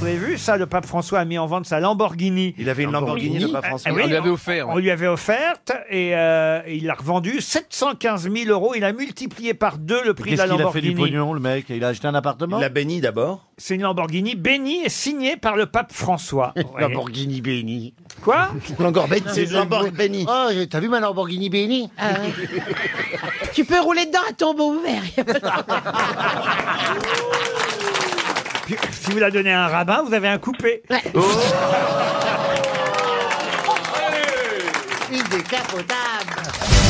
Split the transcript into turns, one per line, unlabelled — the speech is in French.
Vous avez vu ça Le pape François a mis en vente sa Lamborghini.
Il avait une Lamborghini, le pape François.
Ah, oui,
On lui avait
offert, ouais.
On lui avait offerte et euh, il l'a revendue 715 000 euros. Il a multiplié par deux le prix de
Qu'est-ce
la
qu'il a fait
Lamborghini.
du pognon, le mec Il a acheté un appartement Il l'a béni d'abord.
C'est une Lamborghini bénie et signée par le pape François. Ouais.
Lamborghini Béni.
Quoi
Lamborghini,
c'est une Lamborghini
Béni. Oh, j'ai- t'as vu ma Lamborghini Béni
Ah Tu peux rouler dedans à tombeau ouvert.
Puis, si vous la donnez à un rabbin, vous avez un coupé.
Une décapotable.